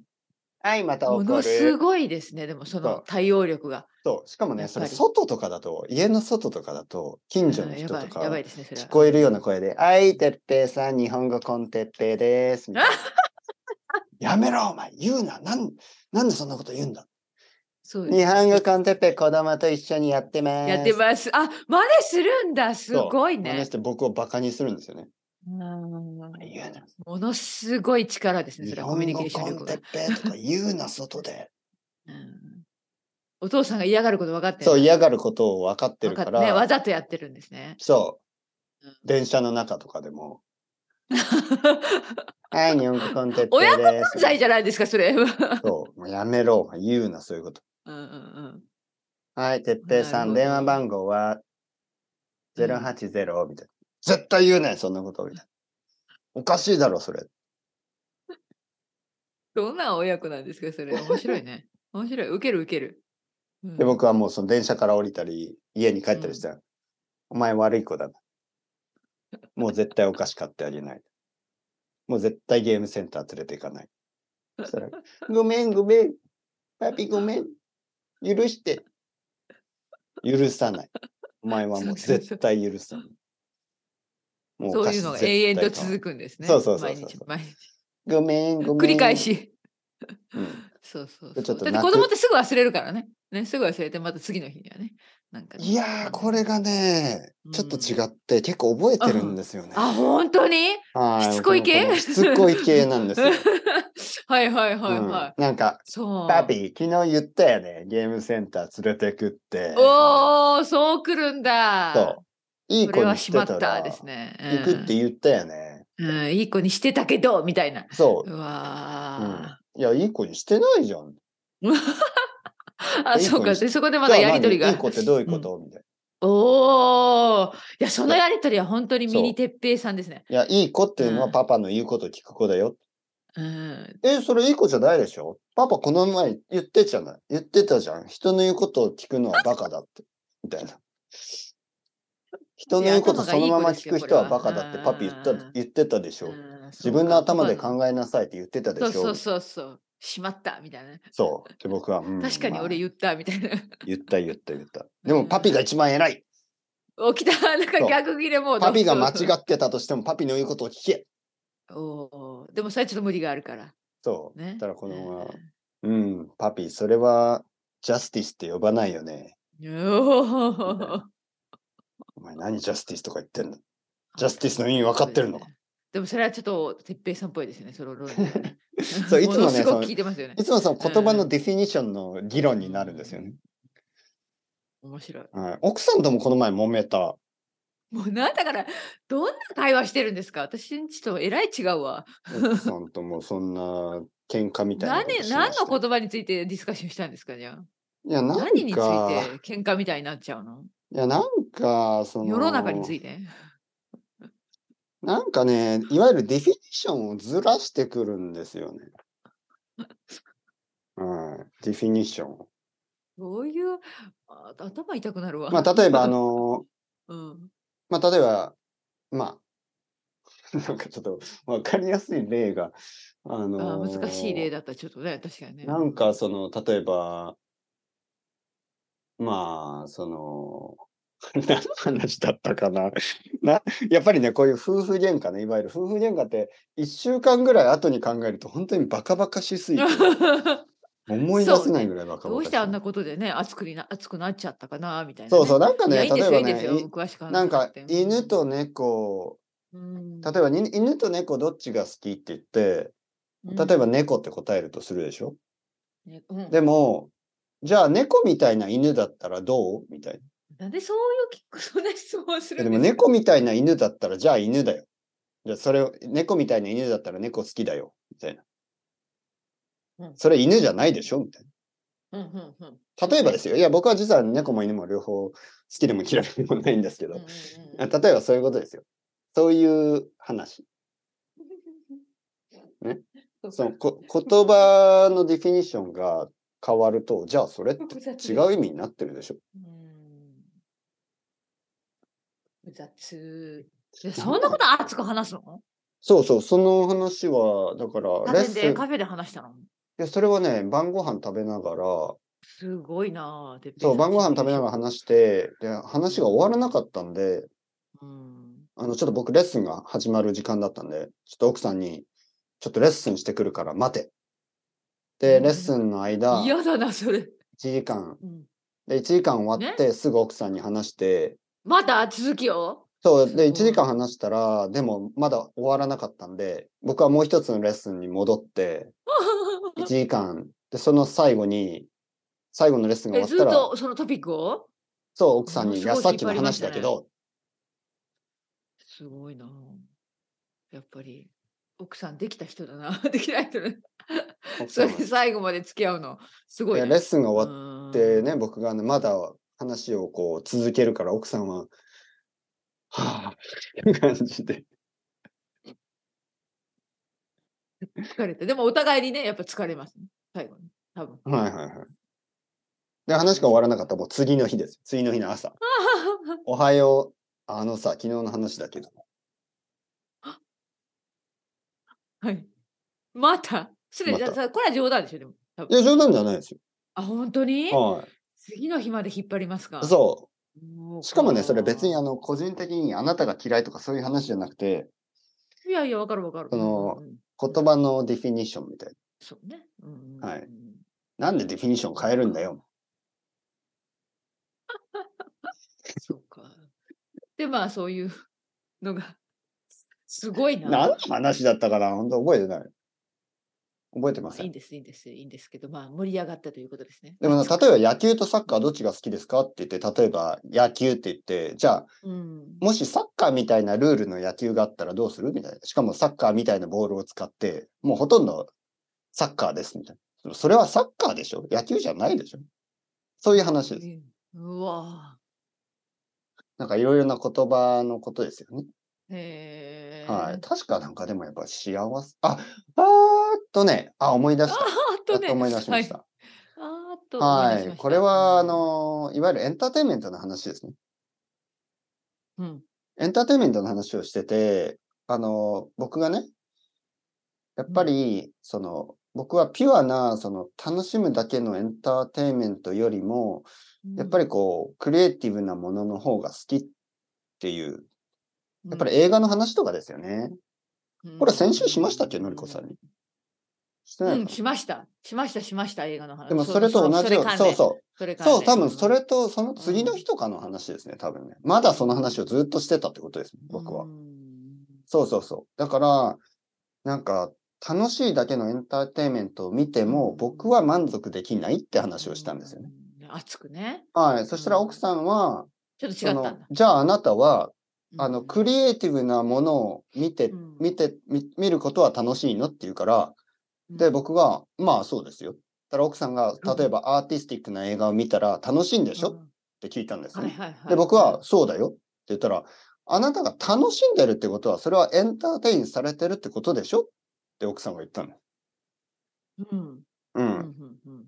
[SPEAKER 1] はい、また
[SPEAKER 2] も
[SPEAKER 1] 怒
[SPEAKER 2] のす
[SPEAKER 1] る。
[SPEAKER 2] ごいですね。でもそ
[SPEAKER 1] そ
[SPEAKER 2] の
[SPEAKER 1] う
[SPEAKER 2] 対応力が。
[SPEAKER 1] そう。しかもね、
[SPEAKER 2] やっ
[SPEAKER 1] そ
[SPEAKER 2] ぱり
[SPEAKER 1] れ、外とかだと、家の外とかだと、近所の
[SPEAKER 2] うんや
[SPEAKER 1] 人
[SPEAKER 2] ば
[SPEAKER 1] と
[SPEAKER 2] いやば
[SPEAKER 1] か
[SPEAKER 2] い、ですね。それ
[SPEAKER 1] 聞
[SPEAKER 2] は。
[SPEAKER 1] こえるような声で、はい、てっぺいさん、日本語コンテッペイです。 みたいなやめろ、お前、言うな、なん、なんでそんなこと言うんだ。
[SPEAKER 2] そうです
[SPEAKER 1] 日本語コンテッペイ、子供と一緒にやってます。
[SPEAKER 2] やってます。あ、真似するんだ。す
[SPEAKER 1] そう
[SPEAKER 2] ごい
[SPEAKER 1] 真似
[SPEAKER 2] ね
[SPEAKER 1] し。て僕をバカにするんですよね。
[SPEAKER 2] うん
[SPEAKER 1] 言うな。
[SPEAKER 2] ものすごい力ですね。
[SPEAKER 1] 日
[SPEAKER 2] それはコミュ
[SPEAKER 1] 本
[SPEAKER 2] ニケ
[SPEAKER 1] 語
[SPEAKER 2] ーション
[SPEAKER 1] コ
[SPEAKER 2] 力
[SPEAKER 1] ンテ
[SPEAKER 2] が
[SPEAKER 1] ッ。ペイとか言うな、外で。
[SPEAKER 2] うんお父さんが嫌がること分かって
[SPEAKER 1] そう、
[SPEAKER 2] る
[SPEAKER 1] 嫌がることを分かって
[SPEAKER 2] 分
[SPEAKER 1] る
[SPEAKER 2] か
[SPEAKER 1] か
[SPEAKER 2] っ
[SPEAKER 1] ら、
[SPEAKER 2] ね、わざとやってるんですね。
[SPEAKER 1] そう
[SPEAKER 2] う。
[SPEAKER 1] 電車の中とかで も、はい、日本語コンテッペイ
[SPEAKER 2] 親
[SPEAKER 1] です。
[SPEAKER 2] 罪じゃないですか、それ。うん
[SPEAKER 1] そう、もうやめろ、お前言うな、そういうこと。
[SPEAKER 2] うんうん
[SPEAKER 1] はい、てっぺいさん、
[SPEAKER 2] なる
[SPEAKER 1] 電
[SPEAKER 2] ほど
[SPEAKER 1] 話番号は
[SPEAKER 2] うん
[SPEAKER 1] 080みたいな。絶対言うね、そんなことみたいな。おかしいだろ、それ。
[SPEAKER 2] どんな親子なんですか、それ。面白いね。面白い。受ける受ける。うん
[SPEAKER 1] で、僕はもうその電車から降りたり、家に帰ったりしたら、お前悪い子だな。もう絶対お菓子買ってあげない。もう絶対ゲームセンター連れて行かない。そしたら、ごめん、ごめん。パピごめん。許して。許さない。お前はもう絶対許さない。も
[SPEAKER 2] そういうのが永遠と続
[SPEAKER 1] く。
[SPEAKER 2] くんですね。
[SPEAKER 1] そうそうそうそう
[SPEAKER 2] 毎日毎日。
[SPEAKER 1] ごめん、ごめん。
[SPEAKER 2] 繰り返。し。
[SPEAKER 1] うん
[SPEAKER 2] そうそう
[SPEAKER 1] でち
[SPEAKER 2] そ
[SPEAKER 1] ょっ
[SPEAKER 2] う。
[SPEAKER 1] と
[SPEAKER 2] だっ
[SPEAKER 1] 泣
[SPEAKER 2] て
[SPEAKER 1] く
[SPEAKER 2] 子供ってすぐ忘れるからね。ね、すぐ忘れて、また次の日にはね。なんかね、
[SPEAKER 1] いやー、これがね、ちょっと違って、結構覚えてるんですよね。
[SPEAKER 2] あ、本当に
[SPEAKER 1] はい
[SPEAKER 2] しつこい系
[SPEAKER 1] 僕もしつこい系なん ですよ。
[SPEAKER 2] はいはいはい
[SPEAKER 1] うん
[SPEAKER 2] はい。
[SPEAKER 1] なんか、
[SPEAKER 2] そう。
[SPEAKER 1] パピー、昨日言ったよね、ゲームセンター連れてくって。
[SPEAKER 2] おー、そう来るんだ。
[SPEAKER 1] そう。いい
[SPEAKER 2] こ
[SPEAKER 1] 子
[SPEAKER 2] れは
[SPEAKER 1] にし
[SPEAKER 2] してまったた
[SPEAKER 1] ら、
[SPEAKER 2] ですね。
[SPEAKER 1] 行くって
[SPEAKER 2] い
[SPEAKER 1] 言ったよね。
[SPEAKER 2] うん、うんいい子にしてたけど、みたいな。
[SPEAKER 1] そうう。
[SPEAKER 2] わ
[SPEAKER 1] いや、いい子にしてないじゃん。
[SPEAKER 2] ー。あ、
[SPEAKER 1] いい子
[SPEAKER 2] そうか。
[SPEAKER 1] にし
[SPEAKER 2] で、そこでまだやりとりが。
[SPEAKER 1] じゃあ何いい子ってどういうこと、みたい
[SPEAKER 2] おー。いや、そのやりとりは本当にミニ鉄平さんですね。
[SPEAKER 1] な。いや、いい子っていうの
[SPEAKER 2] う
[SPEAKER 1] は
[SPEAKER 2] ん
[SPEAKER 1] パパの言うことを聞く子だよ。
[SPEAKER 2] うん。
[SPEAKER 1] え、それいい子じゃないでしょパパこの前言ってじゃない。言ってたじゃん。人の言うことを聞くのはバカだって。みたいな。人の言うこと
[SPEAKER 2] いや
[SPEAKER 1] そのまま
[SPEAKER 2] 頭がいい子
[SPEAKER 1] 聞く
[SPEAKER 2] ですよ
[SPEAKER 1] 人はバカだってパ
[SPEAKER 2] こ
[SPEAKER 1] ピ
[SPEAKER 2] れ
[SPEAKER 1] 言
[SPEAKER 2] は
[SPEAKER 1] った
[SPEAKER 2] うん
[SPEAKER 1] 言ってたでしょ。
[SPEAKER 2] うん
[SPEAKER 1] 自分の頭で
[SPEAKER 2] え
[SPEAKER 1] 考えなさいって言ってたで
[SPEAKER 2] そう
[SPEAKER 1] しょ
[SPEAKER 2] そ。うそうそう。しまったみたいな。
[SPEAKER 1] そう。で僕は、うん
[SPEAKER 2] 確かに
[SPEAKER 1] まあ
[SPEAKER 2] 俺言ったみたいな。
[SPEAKER 1] 言った言った言った。でもパピが一番 偉い。
[SPEAKER 2] 起きたなんか
[SPEAKER 1] そう
[SPEAKER 2] 逆切れモード。
[SPEAKER 1] パピが間違ってたとしてもパピの言うことを聞け。
[SPEAKER 2] おーでもそれはちょっと無理があるから。
[SPEAKER 1] そう。
[SPEAKER 2] ね。
[SPEAKER 1] だからこのまま
[SPEAKER 2] うん
[SPEAKER 1] うん、パピ、それはジャスティスって呼ばないよね。 みたい
[SPEAKER 2] お
[SPEAKER 1] なお前何ジャスティスとか言ってんのジャスティスの意味分かってるのか。
[SPEAKER 2] でもそれはちょっと哲平さんっぽいですね、その論理がね
[SPEAKER 1] そういつもね
[SPEAKER 2] ものす
[SPEAKER 1] そ
[SPEAKER 2] ご
[SPEAKER 1] の
[SPEAKER 2] く聞いてますよね
[SPEAKER 1] い。つもその言葉のディフィニッションの議論になるんですよね。
[SPEAKER 2] 面白い。
[SPEAKER 1] はい、奥さんともこの前揉めた。
[SPEAKER 2] もうなんだから、どんな会話してるんですか私んちとえらい違うわ。
[SPEAKER 1] 奥さんともそんな喧嘩みたいな
[SPEAKER 2] 何
[SPEAKER 1] ことしました。
[SPEAKER 2] 何の言葉についてディスカッションしたんですかじゃあ。
[SPEAKER 1] いや、なんか、
[SPEAKER 2] 何について喧嘩みたいになっちゃうの
[SPEAKER 1] いや、なんか、その、
[SPEAKER 2] 世の中について。
[SPEAKER 1] なんかね、いわゆるディフィニッションをずらしてくるんですよね。 はい、ディフィニッションを。
[SPEAKER 2] どういうあ頭痛くなるわ。
[SPEAKER 1] まあ、例えば、あ、の、
[SPEAKER 2] うん、
[SPEAKER 1] まあ、例えば、まあ、 なんかちょっと分かりやすい例が、あ
[SPEAKER 2] あ
[SPEAKER 1] の
[SPEAKER 2] 難しい例
[SPEAKER 1] だ。
[SPEAKER 2] だったらちょっとね、確かにね。
[SPEAKER 1] なんかその、例えば、まあ、その、 何の話だったかな な。やっぱりね、こういう夫婦喧嘩ね、いわゆる夫婦喧嘩って、1週間ぐらい後に考えると、本当にバカバカし すぎて、思い出せないぐらいバカバカしい
[SPEAKER 2] どうしてあんなことでね、熱くにな熱くなっちゃったかなみたいな
[SPEAKER 1] そ
[SPEAKER 2] ね、
[SPEAKER 1] うそう、なんか
[SPEAKER 2] いや
[SPEAKER 1] ね、
[SPEAKER 2] いいん
[SPEAKER 1] 例
[SPEAKER 2] で
[SPEAKER 1] え
[SPEAKER 2] すよ、
[SPEAKER 1] ば
[SPEAKER 2] いいんですよ。
[SPEAKER 1] ね、
[SPEAKER 2] 詳しく話
[SPEAKER 1] いなん
[SPEAKER 2] さ
[SPEAKER 1] か
[SPEAKER 2] くて
[SPEAKER 1] 犬、と猫、
[SPEAKER 2] うん
[SPEAKER 1] 例えばに犬と猫どっちが好きって言って、例えば、猫って答えるとするでしょ、
[SPEAKER 2] うんねうん
[SPEAKER 1] でも、じゃあ猫みたいな犬だったらどうみたい
[SPEAKER 2] なんでそういうきそんな質問す
[SPEAKER 1] な。で
[SPEAKER 2] る
[SPEAKER 1] も
[SPEAKER 2] んですか
[SPEAKER 1] 猫みたいな犬だったらじゃあ犬だよ。じゃあそれを、猫みたいな犬だったら猫好きだよ。みたいな
[SPEAKER 2] うん。
[SPEAKER 1] それ犬じゃないでしょみたい
[SPEAKER 2] うんうんうん
[SPEAKER 1] な。例えばですよ。いや、僕は実は猫も犬も両方好きでも嫌いでもないんですけ
[SPEAKER 2] うん
[SPEAKER 1] ど。
[SPEAKER 2] うん
[SPEAKER 1] あ例えばそういうことですよ。そういう話。
[SPEAKER 2] うん
[SPEAKER 1] ね
[SPEAKER 2] そうか
[SPEAKER 1] そのこ言葉のディフィニッションが変わると、じゃあそれって
[SPEAKER 2] 複雑です
[SPEAKER 1] 違う意味になってるでしょ。
[SPEAKER 2] うん複雑いやそんなこと熱く話すの
[SPEAKER 1] そうそう、その話は、だから、
[SPEAKER 2] カ
[SPEAKER 1] レ
[SPEAKER 2] フ
[SPEAKER 1] ッ
[SPEAKER 2] ェ
[SPEAKER 1] スン、
[SPEAKER 2] でカ
[SPEAKER 1] い
[SPEAKER 2] フェで話したの
[SPEAKER 1] や、それはね、晩ご飯食べながら、
[SPEAKER 2] すごいなあてっぺいさ
[SPEAKER 1] そ
[SPEAKER 2] ん
[SPEAKER 1] う、晩ご飯食べながら
[SPEAKER 2] す
[SPEAKER 1] 話して、で、話が終わらなかったんで、
[SPEAKER 2] ごいうん
[SPEAKER 1] あの、ちょっと僕、レッスンが始まる時間だったんで、ちょっと奥さんに、ちょっとレッスンしてくるから待て。で、
[SPEAKER 2] うん
[SPEAKER 1] レッスンの間、1
[SPEAKER 2] 嫌だなそれ、
[SPEAKER 1] 時間、
[SPEAKER 2] うん
[SPEAKER 1] で、1時間終わって、すぐ奥さんに話して、
[SPEAKER 2] まだ続 きを
[SPEAKER 1] そう、
[SPEAKER 2] す
[SPEAKER 1] で、
[SPEAKER 2] ご
[SPEAKER 1] 1
[SPEAKER 2] い
[SPEAKER 1] 時間話したら、でもまだ終わらなかったんで、僕はもう一つのレッスンに戻って、1時間、で、その最後に、最後のレッスンが
[SPEAKER 2] え
[SPEAKER 1] 終
[SPEAKER 2] ず
[SPEAKER 1] わ
[SPEAKER 2] っ
[SPEAKER 1] ったら、
[SPEAKER 2] とそのトピックを
[SPEAKER 1] そう、奥さんに、い
[SPEAKER 2] ものすごい
[SPEAKER 1] や、さっき
[SPEAKER 2] 引
[SPEAKER 1] の
[SPEAKER 2] っ張りまし
[SPEAKER 1] 話
[SPEAKER 2] たね
[SPEAKER 1] だけど、
[SPEAKER 2] すごいなあ。やっぱり奥さんできた人だな。 できない人だな。
[SPEAKER 1] 奥 さ
[SPEAKER 2] それ
[SPEAKER 1] んは
[SPEAKER 2] で最後まで付き合うのすご
[SPEAKER 1] い
[SPEAKER 2] い
[SPEAKER 1] や
[SPEAKER 2] ね。
[SPEAKER 1] レッスンが終わ
[SPEAKER 2] わ
[SPEAKER 1] ってね、僕がね、まだ話をこう続けるから、奥さんは、はぁ、っていう感じで。
[SPEAKER 2] 疲れて。でもお互いにねやっぱ疲れます、ね。最後に多分。
[SPEAKER 1] はいはいはい。で、話が終わらなかったら、もう次の日です。次の日の朝。おはよう。あのさ、昨日の話だけど。
[SPEAKER 2] はい。また。それ
[SPEAKER 1] ま
[SPEAKER 2] じ
[SPEAKER 1] た
[SPEAKER 2] ゃあこれは冗談でしょでも。多
[SPEAKER 1] い
[SPEAKER 2] 分
[SPEAKER 1] や、冗談じゃないですよ。
[SPEAKER 2] あ本当に、
[SPEAKER 1] はい。
[SPEAKER 2] 次の日まで引っ張りますか。
[SPEAKER 1] そうう。しかもね、それ別にあ
[SPEAKER 2] の。
[SPEAKER 1] の、個人的にあなたが嫌いとかそういう話じゃなくて、
[SPEAKER 2] いやいやわかるわかる。
[SPEAKER 1] その
[SPEAKER 2] うんうんうん
[SPEAKER 1] 言葉のディフィニッションみたい
[SPEAKER 2] そうね。うんうんうん
[SPEAKER 1] はいな。なんでディフィニッション変えるんだよ。
[SPEAKER 2] そうか。で、まあ、そういうのが、すごいな。
[SPEAKER 1] 何の話だったかな本当覚えてない。覚えて
[SPEAKER 2] ま
[SPEAKER 1] ま
[SPEAKER 2] あ
[SPEAKER 1] せ
[SPEAKER 2] いいん
[SPEAKER 1] ん。
[SPEAKER 2] です、いいんです、いいんですけど、まあ、盛り上がったということですね。
[SPEAKER 1] でもな、
[SPEAKER 2] 熱く
[SPEAKER 1] 例えば野球とサッカーどっちが好きですかって言って、例えば野球って言って、じゃあ、
[SPEAKER 2] うん、
[SPEAKER 1] もしサッカーみたいなルールの野球があったらどうするみたいな。しかもサッカーみたいなボールを使って、もうほとんどサッカーですみたいな。それはサッカーでしょ野球じゃないでしょそういう話です。
[SPEAKER 2] うわ
[SPEAKER 1] なんかいろいろな言葉のことですよね。
[SPEAKER 2] ぁ。へぇ。
[SPEAKER 1] はい。
[SPEAKER 2] あ
[SPEAKER 1] 確かなんかでもやっぱ幸せ。あ、あーっとね、あ、思い出した。
[SPEAKER 2] ーっと
[SPEAKER 1] やっ
[SPEAKER 2] ね。
[SPEAKER 1] と思い出しまし
[SPEAKER 2] はい、
[SPEAKER 1] た。
[SPEAKER 2] あーっと思い
[SPEAKER 1] は
[SPEAKER 2] 出
[SPEAKER 1] い。
[SPEAKER 2] しました
[SPEAKER 1] これは、あ、の、いわゆるエンターテインメントの話ですね。
[SPEAKER 2] うん。
[SPEAKER 1] エンターテインメントの話をしてて、あの、僕がね、やっぱり、その、僕はピュアな、その、楽しむだけのエンターテインメントよりも、やっぱりこう、クリエイティブなものの方が好きっていう、
[SPEAKER 2] うん、
[SPEAKER 1] やっぱり映画の話とかですよね。
[SPEAKER 2] うん、
[SPEAKER 1] これ先週しましたっけ、のりこさんに。してな
[SPEAKER 2] う
[SPEAKER 1] い
[SPEAKER 2] ん、
[SPEAKER 1] か
[SPEAKER 2] しました。しました、しました、映画の話。
[SPEAKER 1] なでもそれと同じよう、そうそう。
[SPEAKER 2] う。それ関連
[SPEAKER 1] そう、多分それとその次の日とかの話ですね、多分ね。まだその話をずっとしてたってことです、僕は。
[SPEAKER 2] うん
[SPEAKER 1] そうそうそう。だから、なんか、楽しいだけのエンターテインメントを見て
[SPEAKER 2] う
[SPEAKER 1] も
[SPEAKER 2] ん、
[SPEAKER 1] 僕は満足できないって話をしたんですよね。。
[SPEAKER 2] うん熱くね。
[SPEAKER 1] はい。そしたら奥さんは、
[SPEAKER 2] ちょっと
[SPEAKER 1] そ
[SPEAKER 2] 違った
[SPEAKER 1] の
[SPEAKER 2] んだ。
[SPEAKER 1] じゃああなたは、あの、
[SPEAKER 2] うん
[SPEAKER 1] クリエイティブなものを見て
[SPEAKER 2] うん、
[SPEAKER 1] 見て、み見ることは楽しいのって言うから、で、、僕が、まあそうですよ。だから奥さんが、例えばアーティスティックな映画を見たら楽しいんでしょっ
[SPEAKER 2] うん
[SPEAKER 1] て聞いたんです
[SPEAKER 2] はい
[SPEAKER 1] ね。
[SPEAKER 2] はいはい。
[SPEAKER 1] で、僕は、、そうだよって言ったら、あなたが楽しんでるってことは、それはエンターテインされてるってことでしょって奥さんが言ったの。
[SPEAKER 2] うん。
[SPEAKER 1] う。
[SPEAKER 2] うんうんんうん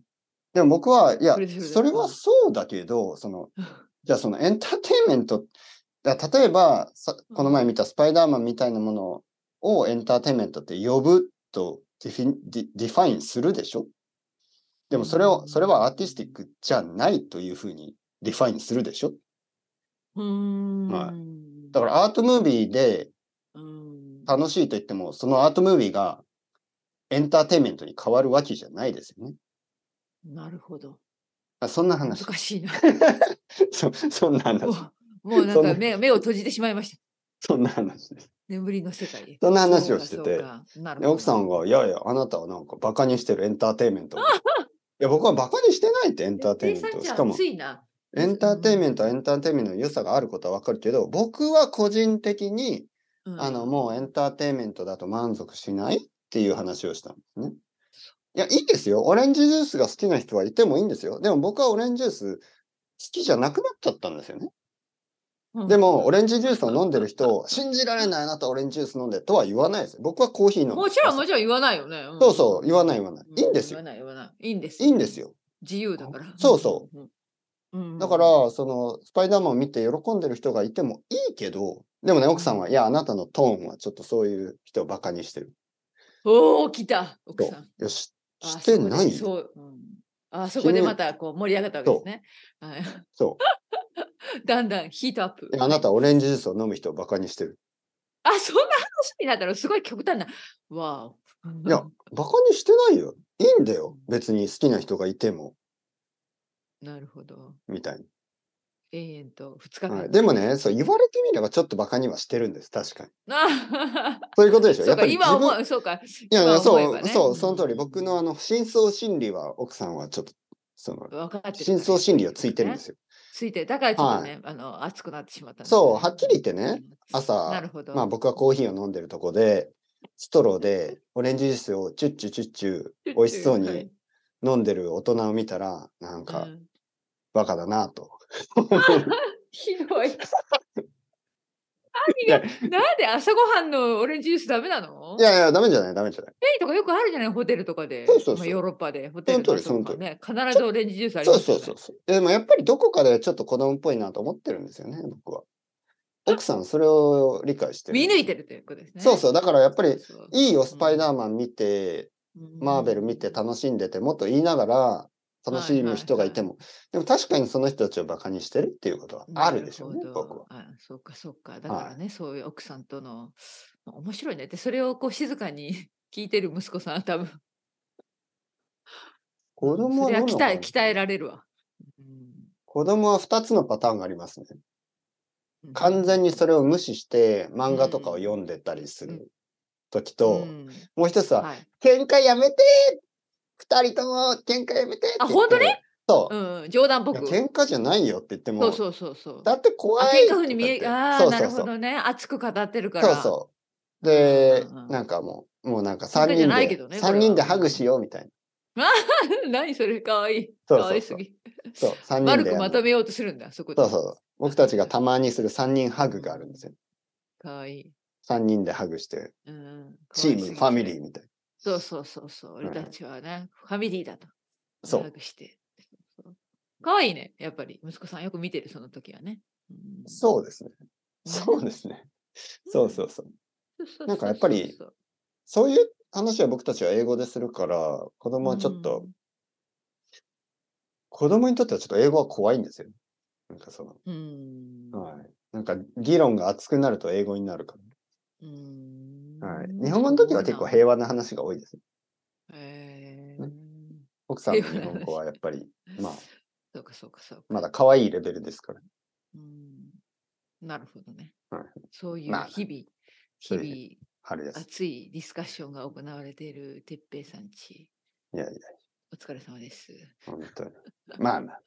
[SPEAKER 1] でも僕は、いや
[SPEAKER 2] それでそれ、で
[SPEAKER 1] それはそうだけど、その、じゃあそのエンターテインメント、だから例えばさ、この前見たスパイダーマンみたいなものをエンターテインメントって呼ぶとディフィンディディファインするでしょでもそれ
[SPEAKER 2] う
[SPEAKER 1] を、
[SPEAKER 2] ん
[SPEAKER 1] それはアーティスティックじゃないというふうにディファインするでしょ
[SPEAKER 2] うーん。
[SPEAKER 1] はいだからアートムービーで
[SPEAKER 2] うん
[SPEAKER 1] 楽しいと言っても、そのアートムービーがエンターテインメントに変わるわけじゃないですよね。
[SPEAKER 2] なるほど。
[SPEAKER 1] あそんな
[SPEAKER 2] 難
[SPEAKER 1] 話。
[SPEAKER 2] しいな。
[SPEAKER 1] そそんな
[SPEAKER 2] も
[SPEAKER 1] 話。
[SPEAKER 2] うもうなん
[SPEAKER 1] そんな
[SPEAKER 2] か目目を閉じてしまいました。
[SPEAKER 1] そんな話です。
[SPEAKER 2] 眠りの世界で。
[SPEAKER 1] そんな話をしてて
[SPEAKER 2] そうか。そうかなる
[SPEAKER 1] で
[SPEAKER 2] ほど
[SPEAKER 1] 奥さんが、いやいや、あなたはなんかバカにしてるエンターテインメン トを。いや、僕はバカにしてないってエンターテインメントを。しかも、
[SPEAKER 2] ついな。
[SPEAKER 1] エンターテインメントはエンターテインメントの良さがあることはわかるけど、僕は個人的に、
[SPEAKER 2] うん
[SPEAKER 1] あの、もうエンターテインメントだと満足しないっていう話をしたんですね。いや、いいですよ。オレンジジュースが好きな人はいてもいいんですよ。でも僕はオレンジジュース好きじゃなくなっちゃったんですよね。
[SPEAKER 2] うん
[SPEAKER 1] でも、オレンジジュースを飲んでる人を、信じられないあなたオレンジジュース飲んでとは言わないですよ。僕はコーヒー飲む。
[SPEAKER 2] もちろん、もちろん言わないよね。ん
[SPEAKER 1] そうそう、言わない言わない。
[SPEAKER 2] う
[SPEAKER 1] いいんですよ
[SPEAKER 2] 言わ。ない、言わない。いいんです。
[SPEAKER 1] いいんですよ。
[SPEAKER 2] 自由だから。。
[SPEAKER 1] そうそう
[SPEAKER 2] うん、
[SPEAKER 1] だから、その、スパイダーマンを見て喜んでる人がいてもいいけど、でもね、奥さんは、いや、あなたのトーンはちょっとそういう人をバカにしてる。
[SPEAKER 2] おお、来た、奥さん。
[SPEAKER 1] いや、し
[SPEAKER 2] あ
[SPEAKER 1] してないよ。
[SPEAKER 2] そう、うんあそこで
[SPEAKER 1] 君
[SPEAKER 2] またこう盛り上がったわけですね。はい
[SPEAKER 1] そう。
[SPEAKER 2] だんだんヒートアップ
[SPEAKER 1] で。あなたはオレンジジュースを飲む人をバカにしてる。
[SPEAKER 2] あ、そんな話になったらすごい極端な。わお。
[SPEAKER 1] いやバカにしてないよ。いいんだよ。別に好きな人がいても、
[SPEAKER 2] なるほど。
[SPEAKER 1] みたい
[SPEAKER 2] 永遠と2日
[SPEAKER 1] な。
[SPEAKER 2] 間。
[SPEAKER 1] はい、でも ね、そう言われてみればちょっとバカにはしてるんです。確かに。
[SPEAKER 2] あ
[SPEAKER 1] そういうことでしょ。
[SPEAKER 2] そうか、
[SPEAKER 1] り
[SPEAKER 2] 今
[SPEAKER 1] 自分
[SPEAKER 2] 思う、そうか。
[SPEAKER 1] いやいや、
[SPEAKER 2] 今思え
[SPEAKER 1] そ
[SPEAKER 2] ば
[SPEAKER 1] う、
[SPEAKER 2] ね
[SPEAKER 1] そう、その通り。
[SPEAKER 2] うん
[SPEAKER 1] 僕のあの、真相心理は、奥さんはちょっと、その、
[SPEAKER 2] 分かってるから
[SPEAKER 1] 真相心理をついてるんですよ。
[SPEAKER 2] ついてるだからちょっとね、あの熱くなってしまったんですね
[SPEAKER 1] そうはっきり言ってね朝
[SPEAKER 2] なるほど
[SPEAKER 1] まあ僕はコーヒーを飲んでるとこで、ストローでオレンジジュースをチュッチュチュッチュ美味しそう
[SPEAKER 2] は
[SPEAKER 1] に
[SPEAKER 2] い
[SPEAKER 1] 飲んでる大人を見たら、なんか
[SPEAKER 2] う、ん
[SPEAKER 1] バカだなと。
[SPEAKER 2] ひどい
[SPEAKER 1] いや
[SPEAKER 2] なんで朝ごはんのオレンジジュースダメなの
[SPEAKER 1] いやいや、ダメじゃない、ダメじゃない。
[SPEAKER 2] スペインとかよくあるじゃないホテルとかで
[SPEAKER 1] そうそうそう
[SPEAKER 2] まあ、ヨーロッパでホテルとか
[SPEAKER 1] その通り
[SPEAKER 2] ね必ずオレンジジュースあり
[SPEAKER 1] そ
[SPEAKER 2] ま
[SPEAKER 1] う
[SPEAKER 2] す
[SPEAKER 1] そ
[SPEAKER 2] よ
[SPEAKER 1] う
[SPEAKER 2] ね
[SPEAKER 1] そうそう。でもやっぱりどこかでちょっと子供っぽいなと思ってるんですよね、僕は。奥さんそれを理解してる。
[SPEAKER 2] 見抜いてるということですね
[SPEAKER 1] そうそうだからやっぱり
[SPEAKER 2] そうそう
[SPEAKER 1] いいよ、スパイダーマン見て、
[SPEAKER 2] うん
[SPEAKER 1] マーベル見て楽しんでてもと言いながら、楽しむ人がいても、でも確かにその人たちをバカにしてるっていうことはあるでしょうね
[SPEAKER 2] な、るほど
[SPEAKER 1] 僕は。
[SPEAKER 2] あそうか、そうか。だからね、そういう奥さんとの、まあ面白いね。で、それをこう静かに 聞いてる息子さんは多分、
[SPEAKER 1] 子供
[SPEAKER 2] そ
[SPEAKER 1] は
[SPEAKER 2] れは
[SPEAKER 1] どうなのか
[SPEAKER 2] 鍛
[SPEAKER 1] な
[SPEAKER 2] え、鍛えられるわ。うん
[SPEAKER 1] 子供は2つのパターンがありますね。
[SPEAKER 2] うん
[SPEAKER 1] 完全にそれを無視して漫画とかを読んでたりす
[SPEAKER 2] うん
[SPEAKER 1] る時と、
[SPEAKER 2] うん
[SPEAKER 1] もう一つは、
[SPEAKER 2] はい
[SPEAKER 1] 喧嘩やめて二人とも喧嘩やめてって言って
[SPEAKER 2] あ本当に
[SPEAKER 1] そうう、
[SPEAKER 2] ん、冗談っぽく。
[SPEAKER 1] いや喧嘩じゃないよって言っても
[SPEAKER 2] そうそうそうそう。
[SPEAKER 1] だって
[SPEAKER 2] あ
[SPEAKER 1] 怖い
[SPEAKER 2] 喧嘩風に見え
[SPEAKER 1] とか
[SPEAKER 2] ああ
[SPEAKER 1] 言
[SPEAKER 2] ー、
[SPEAKER 1] って
[SPEAKER 2] なるほ
[SPEAKER 1] そう
[SPEAKER 2] どね。熱く語ってるか
[SPEAKER 1] そうそ
[SPEAKER 2] ら。
[SPEAKER 1] うそうで、
[SPEAKER 2] うんうんうん
[SPEAKER 1] なんかもうもうなんか
[SPEAKER 2] 喧
[SPEAKER 1] 三
[SPEAKER 2] 嘩じゃ
[SPEAKER 1] 人
[SPEAKER 2] ないけ
[SPEAKER 1] で
[SPEAKER 2] どねこれは
[SPEAKER 1] 三、人でハグしようみたいな
[SPEAKER 2] 何それ、かわいい。か
[SPEAKER 1] そうそうそう
[SPEAKER 2] わいすぎ。
[SPEAKER 1] そう三人
[SPEAKER 2] 悪
[SPEAKER 1] で
[SPEAKER 2] く
[SPEAKER 1] あの
[SPEAKER 2] まとめようとするんだ、そこで。
[SPEAKER 1] そうそう僕たちがたまにする三人ハグがあるんですよ
[SPEAKER 2] かわいい。
[SPEAKER 1] 三人でハグして
[SPEAKER 2] うん、
[SPEAKER 1] チームファミリ
[SPEAKER 2] ー。
[SPEAKER 1] ーみたいな
[SPEAKER 2] そうそうそうそう、俺たちはね、ファミリーだと。
[SPEAKER 1] そう
[SPEAKER 2] 長くして。そうそう可愛いね、やっぱり。息子さんよく見てる、その時はね。うん
[SPEAKER 1] そうですねそうですね。そうそうそう。
[SPEAKER 2] う
[SPEAKER 1] なんかやっぱり
[SPEAKER 2] そうそう
[SPEAKER 1] そういう話は僕たちは英語でするから、子
[SPEAKER 2] そう
[SPEAKER 1] 供はちょっと、子供にとってはちょっと英語は怖いんですよ。なんかその、
[SPEAKER 2] うん、うん
[SPEAKER 1] はい。なんか議論が熱くなると英語になるか
[SPEAKER 2] うん
[SPEAKER 1] ら。はい。日本語の時は結構平和な話が多いです。
[SPEAKER 2] へえ
[SPEAKER 1] ね奥さんの日本語はやっぱり、まあ、
[SPEAKER 2] そうかそうかそうか。
[SPEAKER 1] まだ可愛いレベルですから。
[SPEAKER 2] うんなるほどね。
[SPEAKER 1] はい
[SPEAKER 2] そういう日
[SPEAKER 1] ま
[SPEAKER 2] 々、
[SPEAKER 1] あ
[SPEAKER 2] 日
[SPEAKER 1] そういう
[SPEAKER 2] 々
[SPEAKER 1] 春です。
[SPEAKER 2] 熱いディスカッションが行われている哲平さんち、
[SPEAKER 1] いやいや、
[SPEAKER 2] お疲れ様です。
[SPEAKER 1] 本当に。まあまあ、